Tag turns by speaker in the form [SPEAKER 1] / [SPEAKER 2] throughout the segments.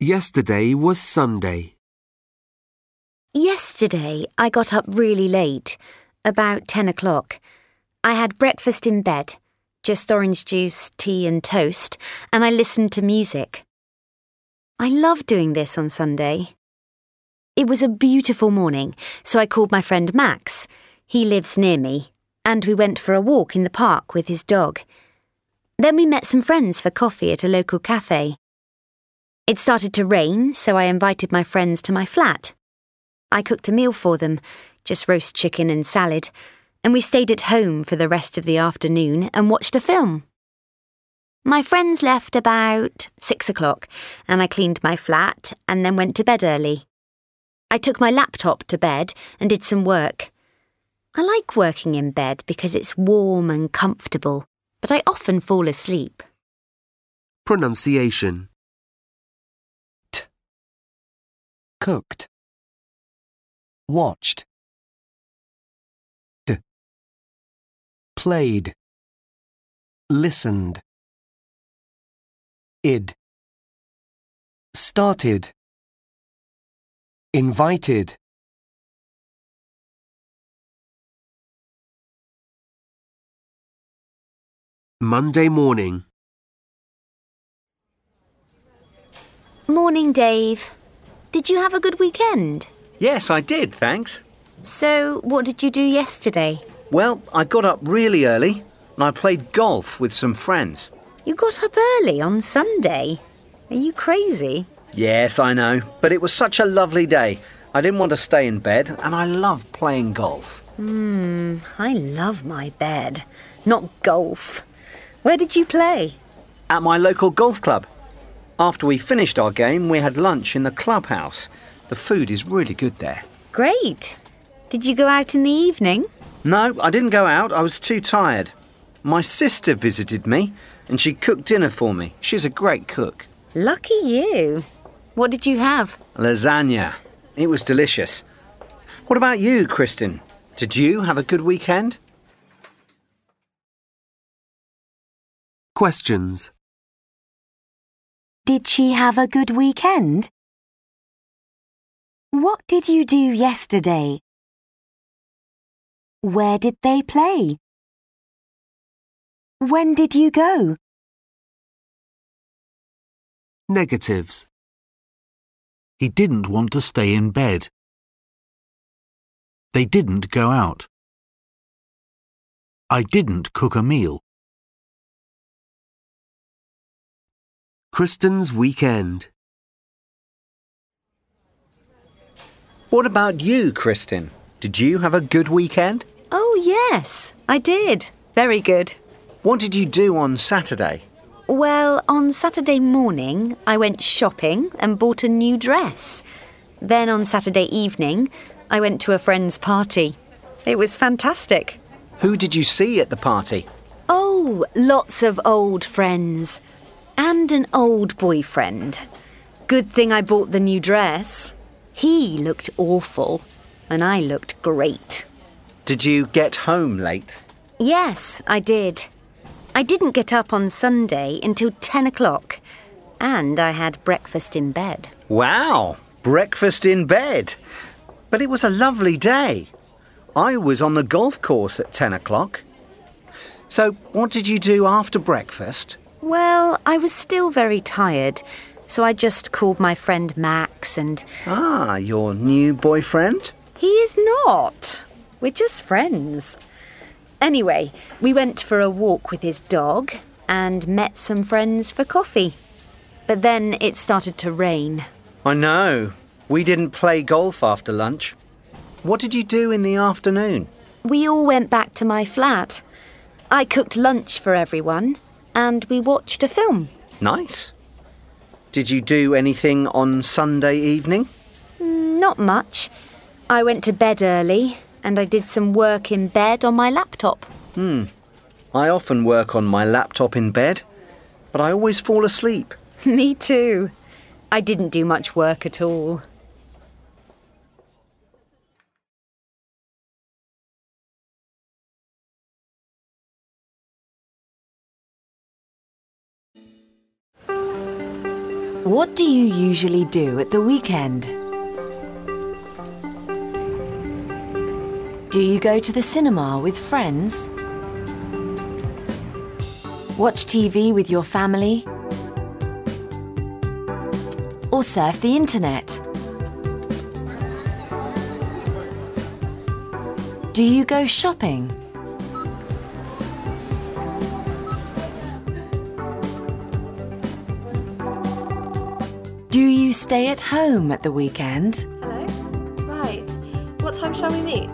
[SPEAKER 1] Yesterday was Sunday.
[SPEAKER 2] Yesterday, I got up really late, about 10 o'clock. I had breakfast in bed, just orange juice, tea, and toast, and I listened to music. I love doing this on Sunday. It was a beautiful morning, so I called my friend Max. He lives near me, and we went for a walk in the park with his dog. Then we met some friends for coffee at a local cafe. It started to rain, so I invited my friends to my flat. I cooked a meal for them, just roast chicken and salad, and we stayed at home for the rest of the afternoon and watched a film. My friends left about six o'clock, and I cleaned my flat and then went to bed early. I took my laptop to bed and did some work. I like working in bed because it's warm and comfortable, but I often fall asleep.
[SPEAKER 1] Pronunciation. T. Cooked. Watched. D. Played. Listened. Id. Started. Invited. Monday morning.
[SPEAKER 2] Morning, Dave. Did you have a good weekend?
[SPEAKER 3] Yes, I did, thanks.
[SPEAKER 2] So, what did you do yesterday?
[SPEAKER 3] Well, I got up really early and I played golf with some friends.
[SPEAKER 2] You got up early on Sunday. Are you crazy?
[SPEAKER 3] Yes, I know, but it was such a lovely day. I didn't want to stay in bed and I love playing golf.
[SPEAKER 2] Hmm, I love my bed, not golf. Where did you play?
[SPEAKER 3] At my local golf club. After we finished our game, we had lunch in the clubhouse. The food is really good there.
[SPEAKER 2] Great. Did you go out in the e- evening?
[SPEAKER 3] No, I didn't go out, I was too tired. My sister visited me and she cooked dinner for me. She's a great cook.
[SPEAKER 2] Lucky you. What did you have?
[SPEAKER 3] Lasagna. It was delicious. What about you, Kristen? Did you have a good weekend?
[SPEAKER 1] Questions.
[SPEAKER 4] Did she have a good weekend? What did you do yesterday? Where did they play? When did you go?
[SPEAKER 1] Negatives.
[SPEAKER 5] He didn't want to stay in bed. They didn't go out. I didn't cook a meal.
[SPEAKER 1] Kristen's weekend.
[SPEAKER 3] What about you, Kristen? Did you have a good weekend?
[SPEAKER 2] Oh, yes, I did. Very good.
[SPEAKER 3] What did you do on Saturday?
[SPEAKER 2] Well, on Saturday morning, I went shopping and bought a new dress. Then on Saturday evening, I went to a friend's party. It was fantastic.
[SPEAKER 3] Who did you see at the party?
[SPEAKER 2] Oh, lots of old friends. And an old boyfriend. Good thing I bought the new dress. He looked awful, and I looked great.
[SPEAKER 3] Did you get home late?
[SPEAKER 2] Yes, I did. I didn't get up on Sunday until 10 o'clock, and I had breakfast in bed.
[SPEAKER 3] Wow, breakfast in bed. But it was a lovely day. I was on the golf course at 10 o'clock. So, what did you do after breakfast?
[SPEAKER 2] Well, I was still very tired, so I just called my friend Max, and
[SPEAKER 3] Ah, your new boyfriend?
[SPEAKER 2] he is not. We're just friends. Anyway, we went for a walk with his dog and met some friends for coffee. But then it started to rain.
[SPEAKER 3] I know. We didn't play golf after lunch. What did you do in the afternoon?
[SPEAKER 2] We all went back to my flat. I cooked lunch for everyone, and we watched a film.
[SPEAKER 3] Nice. Did you do anything on Sunday evening?
[SPEAKER 2] Not much. I went to bed early and I did some work in bed on my laptop.
[SPEAKER 3] I often work on my laptop in bed, but I always fall asleep.
[SPEAKER 2] Me too. I didn't do much work at all.
[SPEAKER 6] What do you usually do at the weekend? Do you go to the cinema with friends? Watch TV with your family? Or surf the internet? Do you go shopping? Do you stay at home at the weekend?
[SPEAKER 7] Hello? Right. What time shall we meet?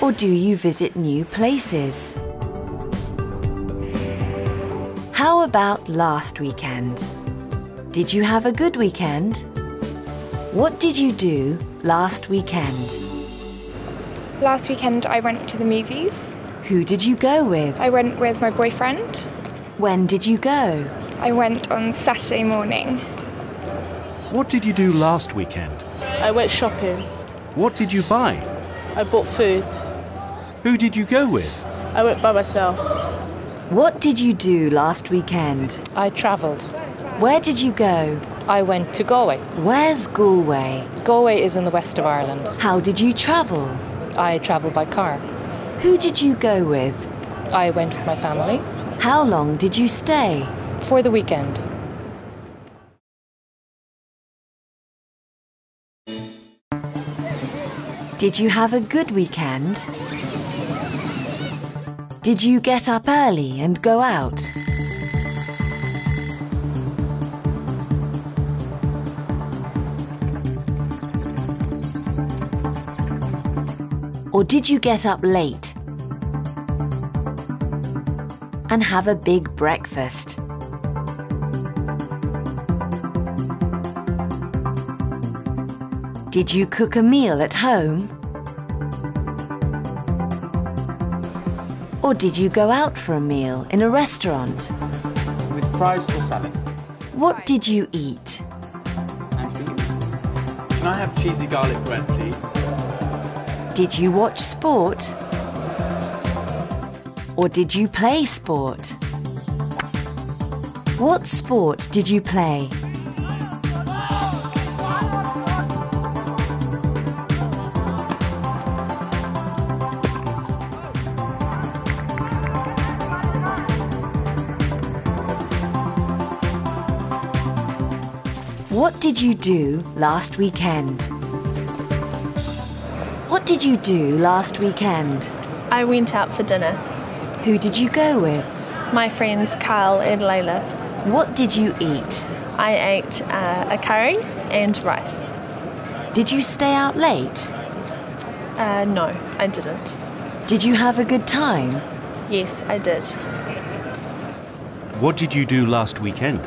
[SPEAKER 6] Or do you visit new places? How about last weekend? Did you have a good weekend? What did you do last weekend?
[SPEAKER 8] Last weekend, I went to the movies.
[SPEAKER 6] Who did you go with?
[SPEAKER 8] I went with my boyfriend.
[SPEAKER 6] When did you go?
[SPEAKER 8] I went on Saturday morning.
[SPEAKER 9] What did you do last weekend?
[SPEAKER 10] I went shopping.
[SPEAKER 9] What did you buy?
[SPEAKER 10] I bought food.
[SPEAKER 9] Who did you go with?
[SPEAKER 10] I went by myself.
[SPEAKER 6] What did you do last weekend?
[SPEAKER 11] I travelled.
[SPEAKER 6] Where did you go?
[SPEAKER 11] I went to Galway.
[SPEAKER 6] Where's Galway?
[SPEAKER 11] Galway is in the west of Ireland.
[SPEAKER 6] How did you travel?
[SPEAKER 11] I travelled by car.
[SPEAKER 6] Who did you go with?
[SPEAKER 11] I went with my family
[SPEAKER 6] How long did you stay?
[SPEAKER 11] for the weekend.
[SPEAKER 6] Did you have a good weekend? Did you get up early and go out? Or did you get up late and have a big breakfast? Did you cook a meal at home? Or did you go out for a meal in a restaurant?
[SPEAKER 12] with fries or salad.
[SPEAKER 6] What did you eat?
[SPEAKER 12] And for you. Can I have cheesy garlic bread, please?
[SPEAKER 6] Did you watch sport? Or did you play sport? What sport did you play? What did you do last weekend? What did you do last weekend?
[SPEAKER 7] I went out for dinner.
[SPEAKER 6] Who did you go with?
[SPEAKER 7] My friends Kyle and Layla.
[SPEAKER 6] What did you eat?
[SPEAKER 7] I ate uh, a curry and rice.
[SPEAKER 6] Did you stay out late?
[SPEAKER 7] Uh, no, I didn't.
[SPEAKER 6] Did you have a good time?
[SPEAKER 7] Yes, I did.
[SPEAKER 9] What did you do last weekend?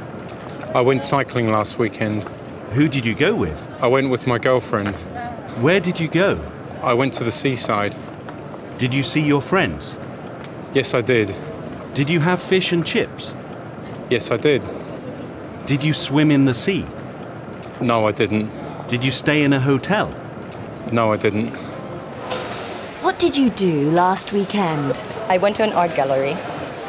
[SPEAKER 13] I went cycling last weekend.
[SPEAKER 9] Who did you go with?
[SPEAKER 13] I went with my girlfriend.
[SPEAKER 9] Where did you go?
[SPEAKER 13] I went to the seaside.
[SPEAKER 9] Did you see your friends?
[SPEAKER 13] Yes, I did.
[SPEAKER 9] Did you have fish and chips?
[SPEAKER 13] Yes, I did.
[SPEAKER 9] Did you swim in the sea?
[SPEAKER 13] No, I didn't.
[SPEAKER 9] Did you stay in a hotel?
[SPEAKER 13] No, I didn't.
[SPEAKER 6] What did you do last weekend?
[SPEAKER 14] I went to an art gallery.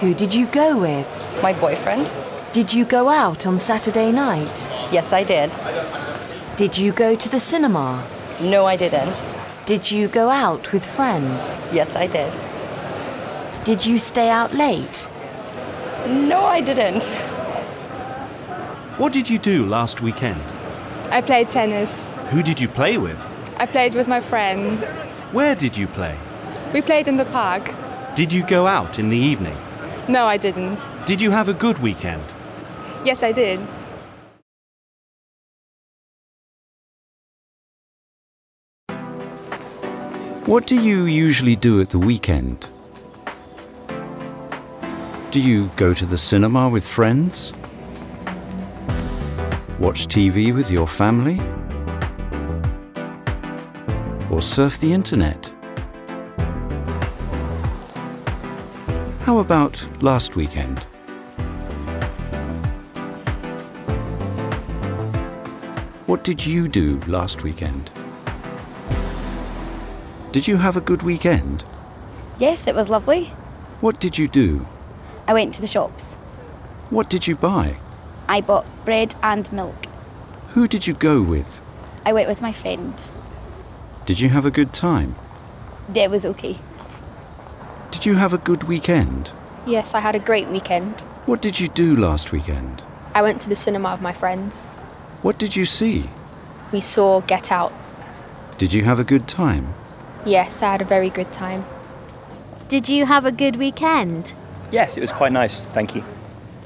[SPEAKER 6] Who did you go with?
[SPEAKER 14] My boyfriend?
[SPEAKER 6] Did you go out on Saturday night?
[SPEAKER 14] Yes, I did.
[SPEAKER 6] Did you go to the cinema?
[SPEAKER 14] No, I didn't.
[SPEAKER 6] Did you go out with friends?
[SPEAKER 14] Yes, I did.
[SPEAKER 6] Did you stay out late?
[SPEAKER 14] No, I didn't.
[SPEAKER 9] What did you do last weekend?
[SPEAKER 15] I played tennis.
[SPEAKER 9] Who did you play with?
[SPEAKER 15] I played with my friends.
[SPEAKER 9] Where did you play?
[SPEAKER 15] We played in the park.
[SPEAKER 9] Did you go out in the evening?
[SPEAKER 15] No, I didn't.
[SPEAKER 9] Did you have a good weekend?
[SPEAKER 15] Yes, I did.
[SPEAKER 16] What do you usually do at the weekend? Do you go to the cinema with friends? Watch TV with your family? Or surf the internet? How about last weekend? What did you do last weekend? Did you have a good weekend?
[SPEAKER 17] Yes, it was lovely.
[SPEAKER 16] What did you do?
[SPEAKER 17] I went to the shops.
[SPEAKER 16] What did you buy?
[SPEAKER 17] I bought bread and milk.
[SPEAKER 16] Who did you go with?
[SPEAKER 17] I went with my friend.
[SPEAKER 16] Did you have a good time?
[SPEAKER 17] It was okay.
[SPEAKER 16] Did you have a good weekend?
[SPEAKER 18] Yes, I had a great weekend.
[SPEAKER 16] What did you do last weekend?
[SPEAKER 18] I went to the cinema with my friends.
[SPEAKER 16] What did you see?
[SPEAKER 18] We saw Get Out.
[SPEAKER 16] Did you have a good time?
[SPEAKER 18] Yes, I had a very good time.
[SPEAKER 15] Did you have a good weekend?
[SPEAKER 19] Yes, it was quite nice, thank you.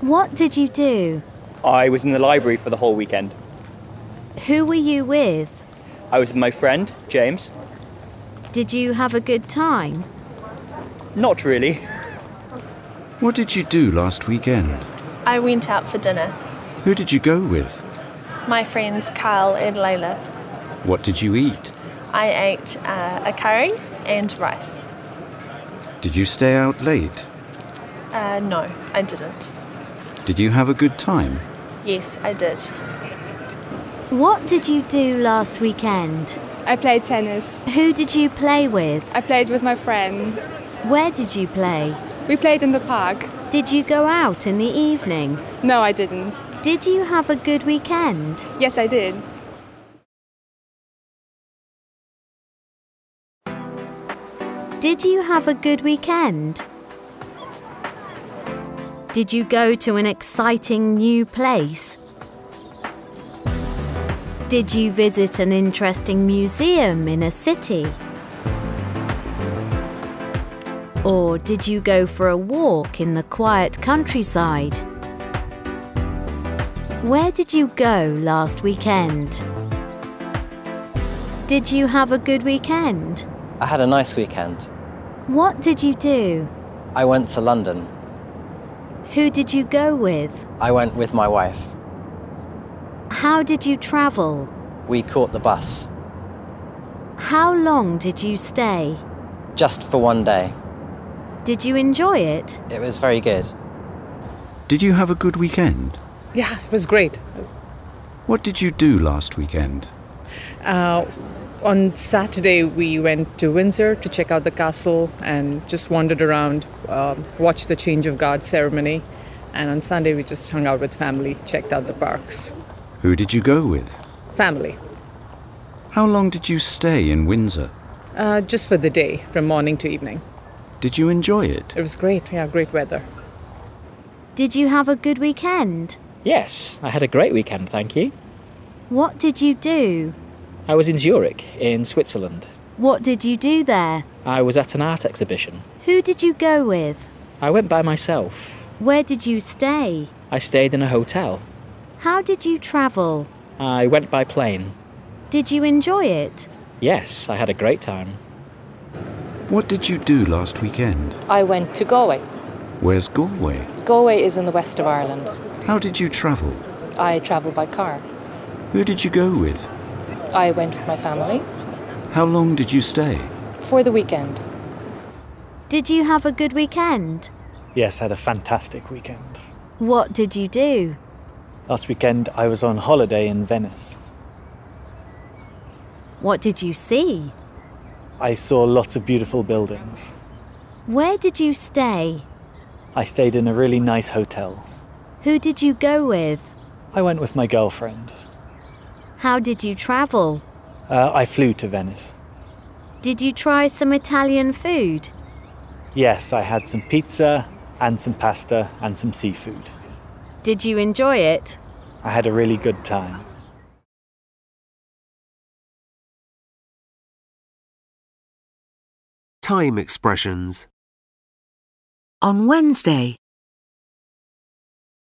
[SPEAKER 15] What did you do?
[SPEAKER 19] I was in the library for the whole weekend.
[SPEAKER 15] Who were you with?
[SPEAKER 19] I was with my friend, James.
[SPEAKER 15] Did you have a good time?
[SPEAKER 19] Not really.
[SPEAKER 16] What did you do last weekend?
[SPEAKER 7] I went out for dinner.
[SPEAKER 16] Who did you go with?
[SPEAKER 7] My friends Kyle and Layla.
[SPEAKER 16] What did you eat?
[SPEAKER 7] I ate uh, a curry and rice.
[SPEAKER 16] Did you stay out late?
[SPEAKER 7] Uh, no, I didn't.
[SPEAKER 16] Did you have a good time?
[SPEAKER 7] Yes, I did.
[SPEAKER 15] What did you do last weekend?
[SPEAKER 20] I played tennis.
[SPEAKER 15] Who did you play with?
[SPEAKER 20] I played with my friends.
[SPEAKER 15] Where did you play?
[SPEAKER 20] We played in the park.
[SPEAKER 15] Did you go out in the evening?
[SPEAKER 20] No, I didn't.
[SPEAKER 15] Did you have a good weekend?
[SPEAKER 20] Yes, I did.
[SPEAKER 15] Did you have a good weekend? Did you go to an exciting new place? Did you visit an interesting museum in a city? Or did you go for a walk in the quiet countryside? Where did you go last weekend? Did you have a good weekend?
[SPEAKER 21] I had a nice weekend.
[SPEAKER 15] What did you do?
[SPEAKER 21] I went to London.
[SPEAKER 15] Who did you go with?
[SPEAKER 21] I went with my wife.
[SPEAKER 15] How did you travel?
[SPEAKER 21] We caught the bus.
[SPEAKER 15] How long did you stay?
[SPEAKER 21] Just for one day.
[SPEAKER 15] Did you enjoy it?
[SPEAKER 21] It was very good.
[SPEAKER 16] Did you have a good weekend?
[SPEAKER 22] Yeah, it was great.
[SPEAKER 16] What did you do last weekend?
[SPEAKER 22] Uh, on Saturday, we went to Windsor to check out the castle and just wandered around, uh, watched the change of guard ceremony. And on Sunday, we just hung out with family, checked out the parks.
[SPEAKER 16] Who did you go with?
[SPEAKER 22] Family.
[SPEAKER 16] How long did you stay in Windsor?
[SPEAKER 22] Uh, just for the day, from morning to evening.
[SPEAKER 16] Did you enjoy it?
[SPEAKER 22] It was great, yeah, great weather.
[SPEAKER 15] Did you have a good weekend?
[SPEAKER 23] Yes, I had a great weekend, thank you.
[SPEAKER 15] What did you do?
[SPEAKER 23] I was in Zurich, in Switzerland.
[SPEAKER 15] What did you do there?
[SPEAKER 23] I was at an art exhibition.
[SPEAKER 15] Who did you go with?
[SPEAKER 23] I went by myself.
[SPEAKER 15] Where did you stay?
[SPEAKER 23] I stayed in a hotel.
[SPEAKER 15] How did you travel?
[SPEAKER 23] I went by plane.
[SPEAKER 15] Did you enjoy it?
[SPEAKER 23] Yes, I had a great time.
[SPEAKER 16] What did you do last weekend?
[SPEAKER 11] I went to Galway.
[SPEAKER 16] Where's Galway?
[SPEAKER 11] Galway is in the west of Ireland.
[SPEAKER 16] How did you travel?
[SPEAKER 11] I travelled by car.
[SPEAKER 16] Who did you go with?
[SPEAKER 11] I went with my family.
[SPEAKER 16] How long did you stay?
[SPEAKER 11] For the weekend.
[SPEAKER 15] Did you have a good weekend?
[SPEAKER 24] Yes, I had a fantastic weekend.
[SPEAKER 15] What did you do?
[SPEAKER 24] Last weekend I was on holiday in Venice.
[SPEAKER 15] What did you see?
[SPEAKER 24] I saw lots of beautiful buildings.
[SPEAKER 15] Where did you stay?
[SPEAKER 24] I stayed in a really nice hotel.
[SPEAKER 15] Who did you go with?
[SPEAKER 24] I went with my girlfriend.
[SPEAKER 15] How did you travel?
[SPEAKER 24] Uh, I flew to Venice.
[SPEAKER 15] Did you try some Italian food?
[SPEAKER 24] Yes, I had some pizza and some pasta and some seafood.
[SPEAKER 15] Did you enjoy it?
[SPEAKER 24] I had a really good time.
[SPEAKER 25] Time expressions.
[SPEAKER 1] On Wednesday.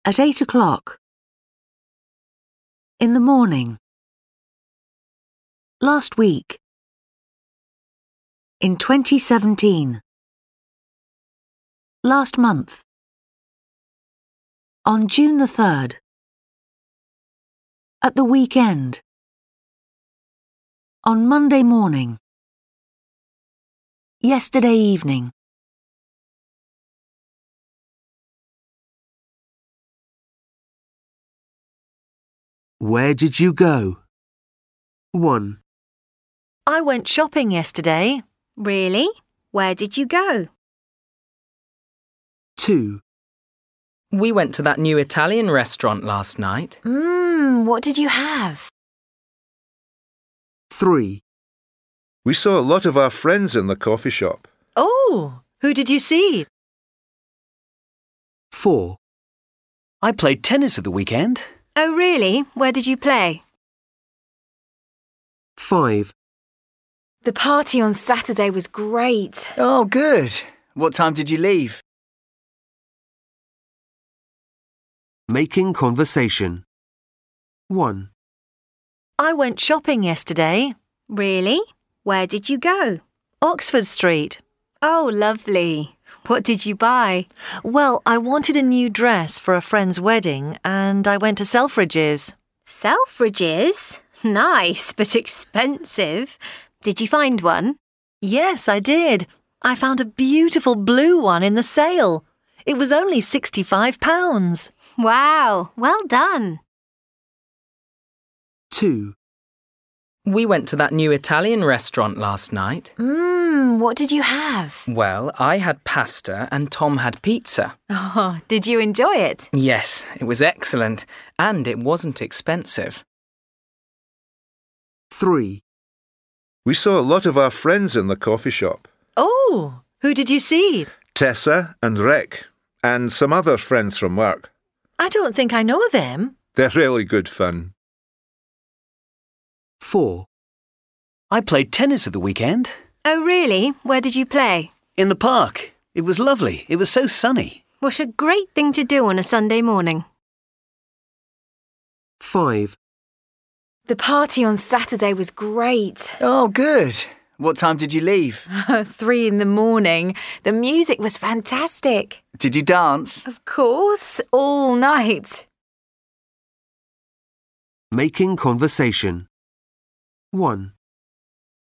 [SPEAKER 1] At eight o'clock. In the morning. Last week. In 2017. Last month. On June the 3rd. At the weekend. On Monday morning. Yesterday evening.
[SPEAKER 25] Where did you go? 1.
[SPEAKER 26] I went shopping yesterday.
[SPEAKER 15] Really?
[SPEAKER 26] Where did you go?
[SPEAKER 1] 2.
[SPEAKER 27] We went to that new Italian restaurant last night.
[SPEAKER 5] Hmm,
[SPEAKER 26] Mmm, what did you have?
[SPEAKER 1] 3.
[SPEAKER 4] We saw a lot of our friends in the coffee shop.
[SPEAKER 5] Oh, who did you see?
[SPEAKER 1] 4.
[SPEAKER 8] I played tennis at the weekend.
[SPEAKER 26] Oh, really? Where did you play?
[SPEAKER 1] 5.
[SPEAKER 28] The party on Saturday was great.
[SPEAKER 8] Oh, good. What time did you leave?
[SPEAKER 1] Making conversation. 1.
[SPEAKER 5] I went shopping yesterday.
[SPEAKER 26] Really? Where did you go?
[SPEAKER 5] Oxford Street.
[SPEAKER 26] Oh, lovely. What did you buy?
[SPEAKER 5] Well, I wanted a new dress for a friend's wedding and I went to Selfridges.
[SPEAKER 26] Selfridges? Nice, but expensive. Did you find one?
[SPEAKER 5] Yes, I did. I found a beautiful blue one in the sale. It was only £65.
[SPEAKER 26] Wow, well done.
[SPEAKER 1] 2.
[SPEAKER 27] We went to that new Italian restaurant last night.
[SPEAKER 28] Hmm,
[SPEAKER 26] Mmm, what did you have?
[SPEAKER 27] Well, I had pasta and Tom had pizza.
[SPEAKER 26] Oh, did you enjoy it?
[SPEAKER 27] Yes, it was excellent and it wasn't expensive.
[SPEAKER 1] 3.
[SPEAKER 4] We saw a lot of our friends in the coffee shop.
[SPEAKER 5] Oh, who did you see?
[SPEAKER 4] Tessa and Rick, and some other friends from work.
[SPEAKER 5] I don't think I know them.
[SPEAKER 4] They're really good fun.
[SPEAKER 1] 4.
[SPEAKER 8] I played tennis at the weekend.
[SPEAKER 26] Oh, really? Where did you play?
[SPEAKER 8] In the park. It was lovely. It was so sunny.
[SPEAKER 26] What a great thing to do on a Sunday morning.
[SPEAKER 1] 5.
[SPEAKER 28] The party on Saturday was great.
[SPEAKER 8] Oh, good. What time did you leave?
[SPEAKER 28] Three in the morning. The music was fantastic.
[SPEAKER 8] Did you dance?
[SPEAKER 28] Of course, all night.
[SPEAKER 1] Making conversation. 1.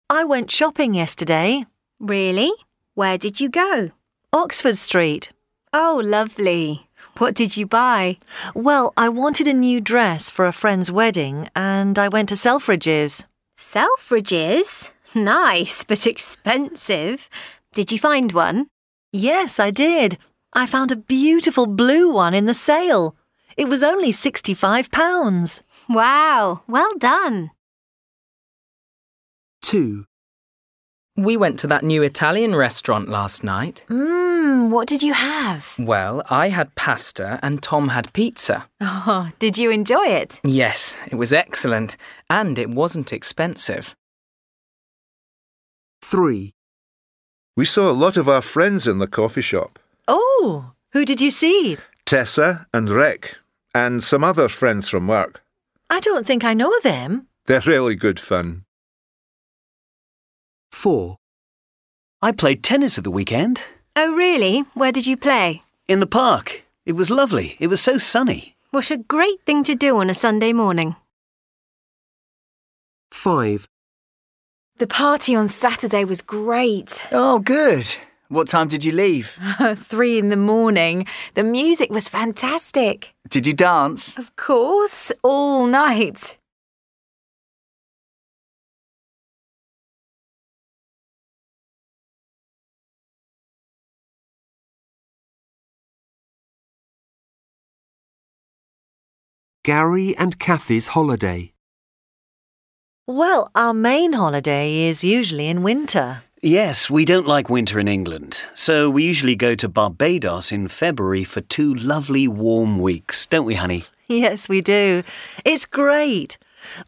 [SPEAKER 5] I went shopping yesterday.
[SPEAKER 26] Really? Where did you go?
[SPEAKER 5] Oxford Street.
[SPEAKER 26] Oh, lovely. What did you buy?
[SPEAKER 5] Well, I wanted a new dress for a friend's wedding and I went to Selfridges.
[SPEAKER 26] Selfridges? Nice, but expensive. Did you find one?
[SPEAKER 5] Yes, I did. I found a beautiful blue one in the sale. It was only £65.
[SPEAKER 26] Wow, well done.
[SPEAKER 1] 2.
[SPEAKER 27] We went to that new Italian restaurant last night.
[SPEAKER 28] Hmm,
[SPEAKER 26] Mmm, what did you have?
[SPEAKER 27] Well, I had pasta and Tom had pizza.
[SPEAKER 26] Oh, did you enjoy it?
[SPEAKER 27] Yes, it was excellent and it wasn't expensive.
[SPEAKER 1] 3.
[SPEAKER 4] We saw a lot of our friends in the coffee shop.
[SPEAKER 5] Oh, who did you see?
[SPEAKER 4] Tessa and Rick, and some other friends from work.
[SPEAKER 5] I don't think I know them.
[SPEAKER 4] They're really good fun.
[SPEAKER 1] 4.
[SPEAKER 8] I played tennis at the weekend.
[SPEAKER 26] Oh, really? Where did you play?
[SPEAKER 8] In the park. It was lovely. It was so sunny.
[SPEAKER 26] What a great thing to do on a Sunday morning.
[SPEAKER 1] 5.
[SPEAKER 28] The party on Saturday was great.
[SPEAKER 8] Oh, good. What time did you leave?
[SPEAKER 28] Three in the morning. The music was fantastic.
[SPEAKER 8] Did you dance?
[SPEAKER 28] Of course, all night.
[SPEAKER 1] Gary and Kathy's holiday.
[SPEAKER 5] Well, our main holiday is usually in winter.
[SPEAKER 8] Yes, we don't like winter in England, so we usually go to Barbados in February for two lovely warm weeks, don't we, honey?
[SPEAKER 5] Yes, we do. It's great.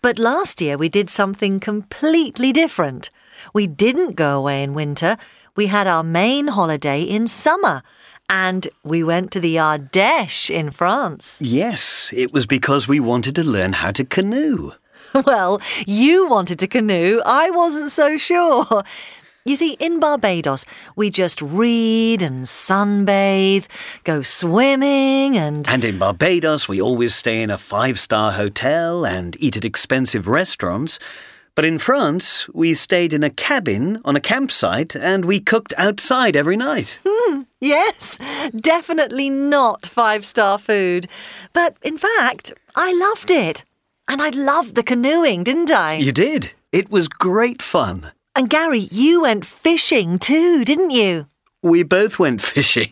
[SPEAKER 5] But last year we did something completely different. We didn't go away in winter. We had our main holiday in summer, and we went to the Ardèche in France.
[SPEAKER 8] Yes, it was because we wanted to learn how to canoe.
[SPEAKER 5] Well, you wanted to canoe. I wasn't so sure. You see, in Barbados, we just read and sunbathe, go swimming and.
[SPEAKER 8] And in Barbados, we always stay in a five star hotel and eat at expensive restaurants. But in France, we stayed in a cabin on a campsite and we cooked outside every night.
[SPEAKER 5] Hmm, yes, definitely not five star food. But in fact, I loved it. And I loved the canoeing, didn't I?
[SPEAKER 8] You did. It was great fun.
[SPEAKER 5] And Gary, you went fishing too, didn't you?
[SPEAKER 8] We both went fishing.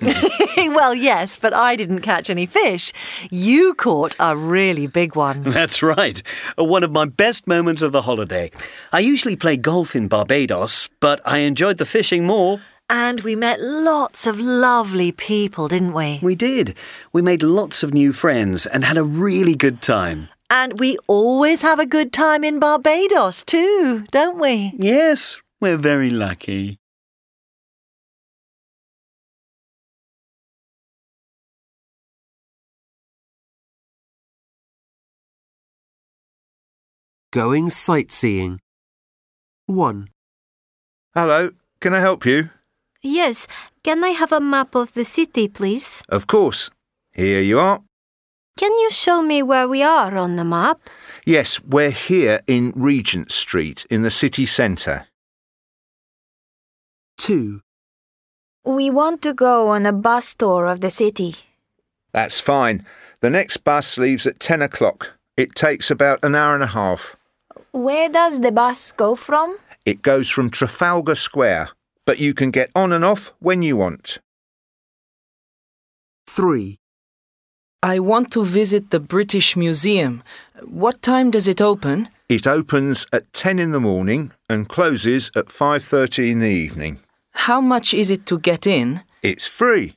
[SPEAKER 5] well, yes, but I didn't catch any fish. You caught a really big one.
[SPEAKER 8] That's right. Uh, One of my best moments of the holiday. I usually play golf in Barbados, but I enjoyed the fishing more.
[SPEAKER 5] And we met lots of lovely people, didn't we?
[SPEAKER 8] We did. We made lots of new friends and had a really good time.
[SPEAKER 5] And we always have a good time in Barbados too, don't we?
[SPEAKER 8] Yes, we're very lucky.
[SPEAKER 1] Going sightseeing. 1.
[SPEAKER 4] Hello, can I help you?
[SPEAKER 6] Yes, can I have a map of the city, please?
[SPEAKER 4] Of course. Here you are.
[SPEAKER 6] Can you show me where we are on the map?
[SPEAKER 4] Yes, we're here in Regent Street in the city centre.
[SPEAKER 1] 2.
[SPEAKER 6] We want to go on a bus tour of the city.
[SPEAKER 4] That's fine. The next bus leaves at 10 o'clock. It takes about an hour and a half.
[SPEAKER 6] Where does the bus go from?
[SPEAKER 4] It goes from Trafalgar Square, but you can get on and off when you want.
[SPEAKER 1] 3.
[SPEAKER 10] I want to visit the British Museum. What time does it open?
[SPEAKER 4] It opens at 10 in the morning and closes at 5:30 in the evening.
[SPEAKER 10] How much is it to get in?
[SPEAKER 4] It's free.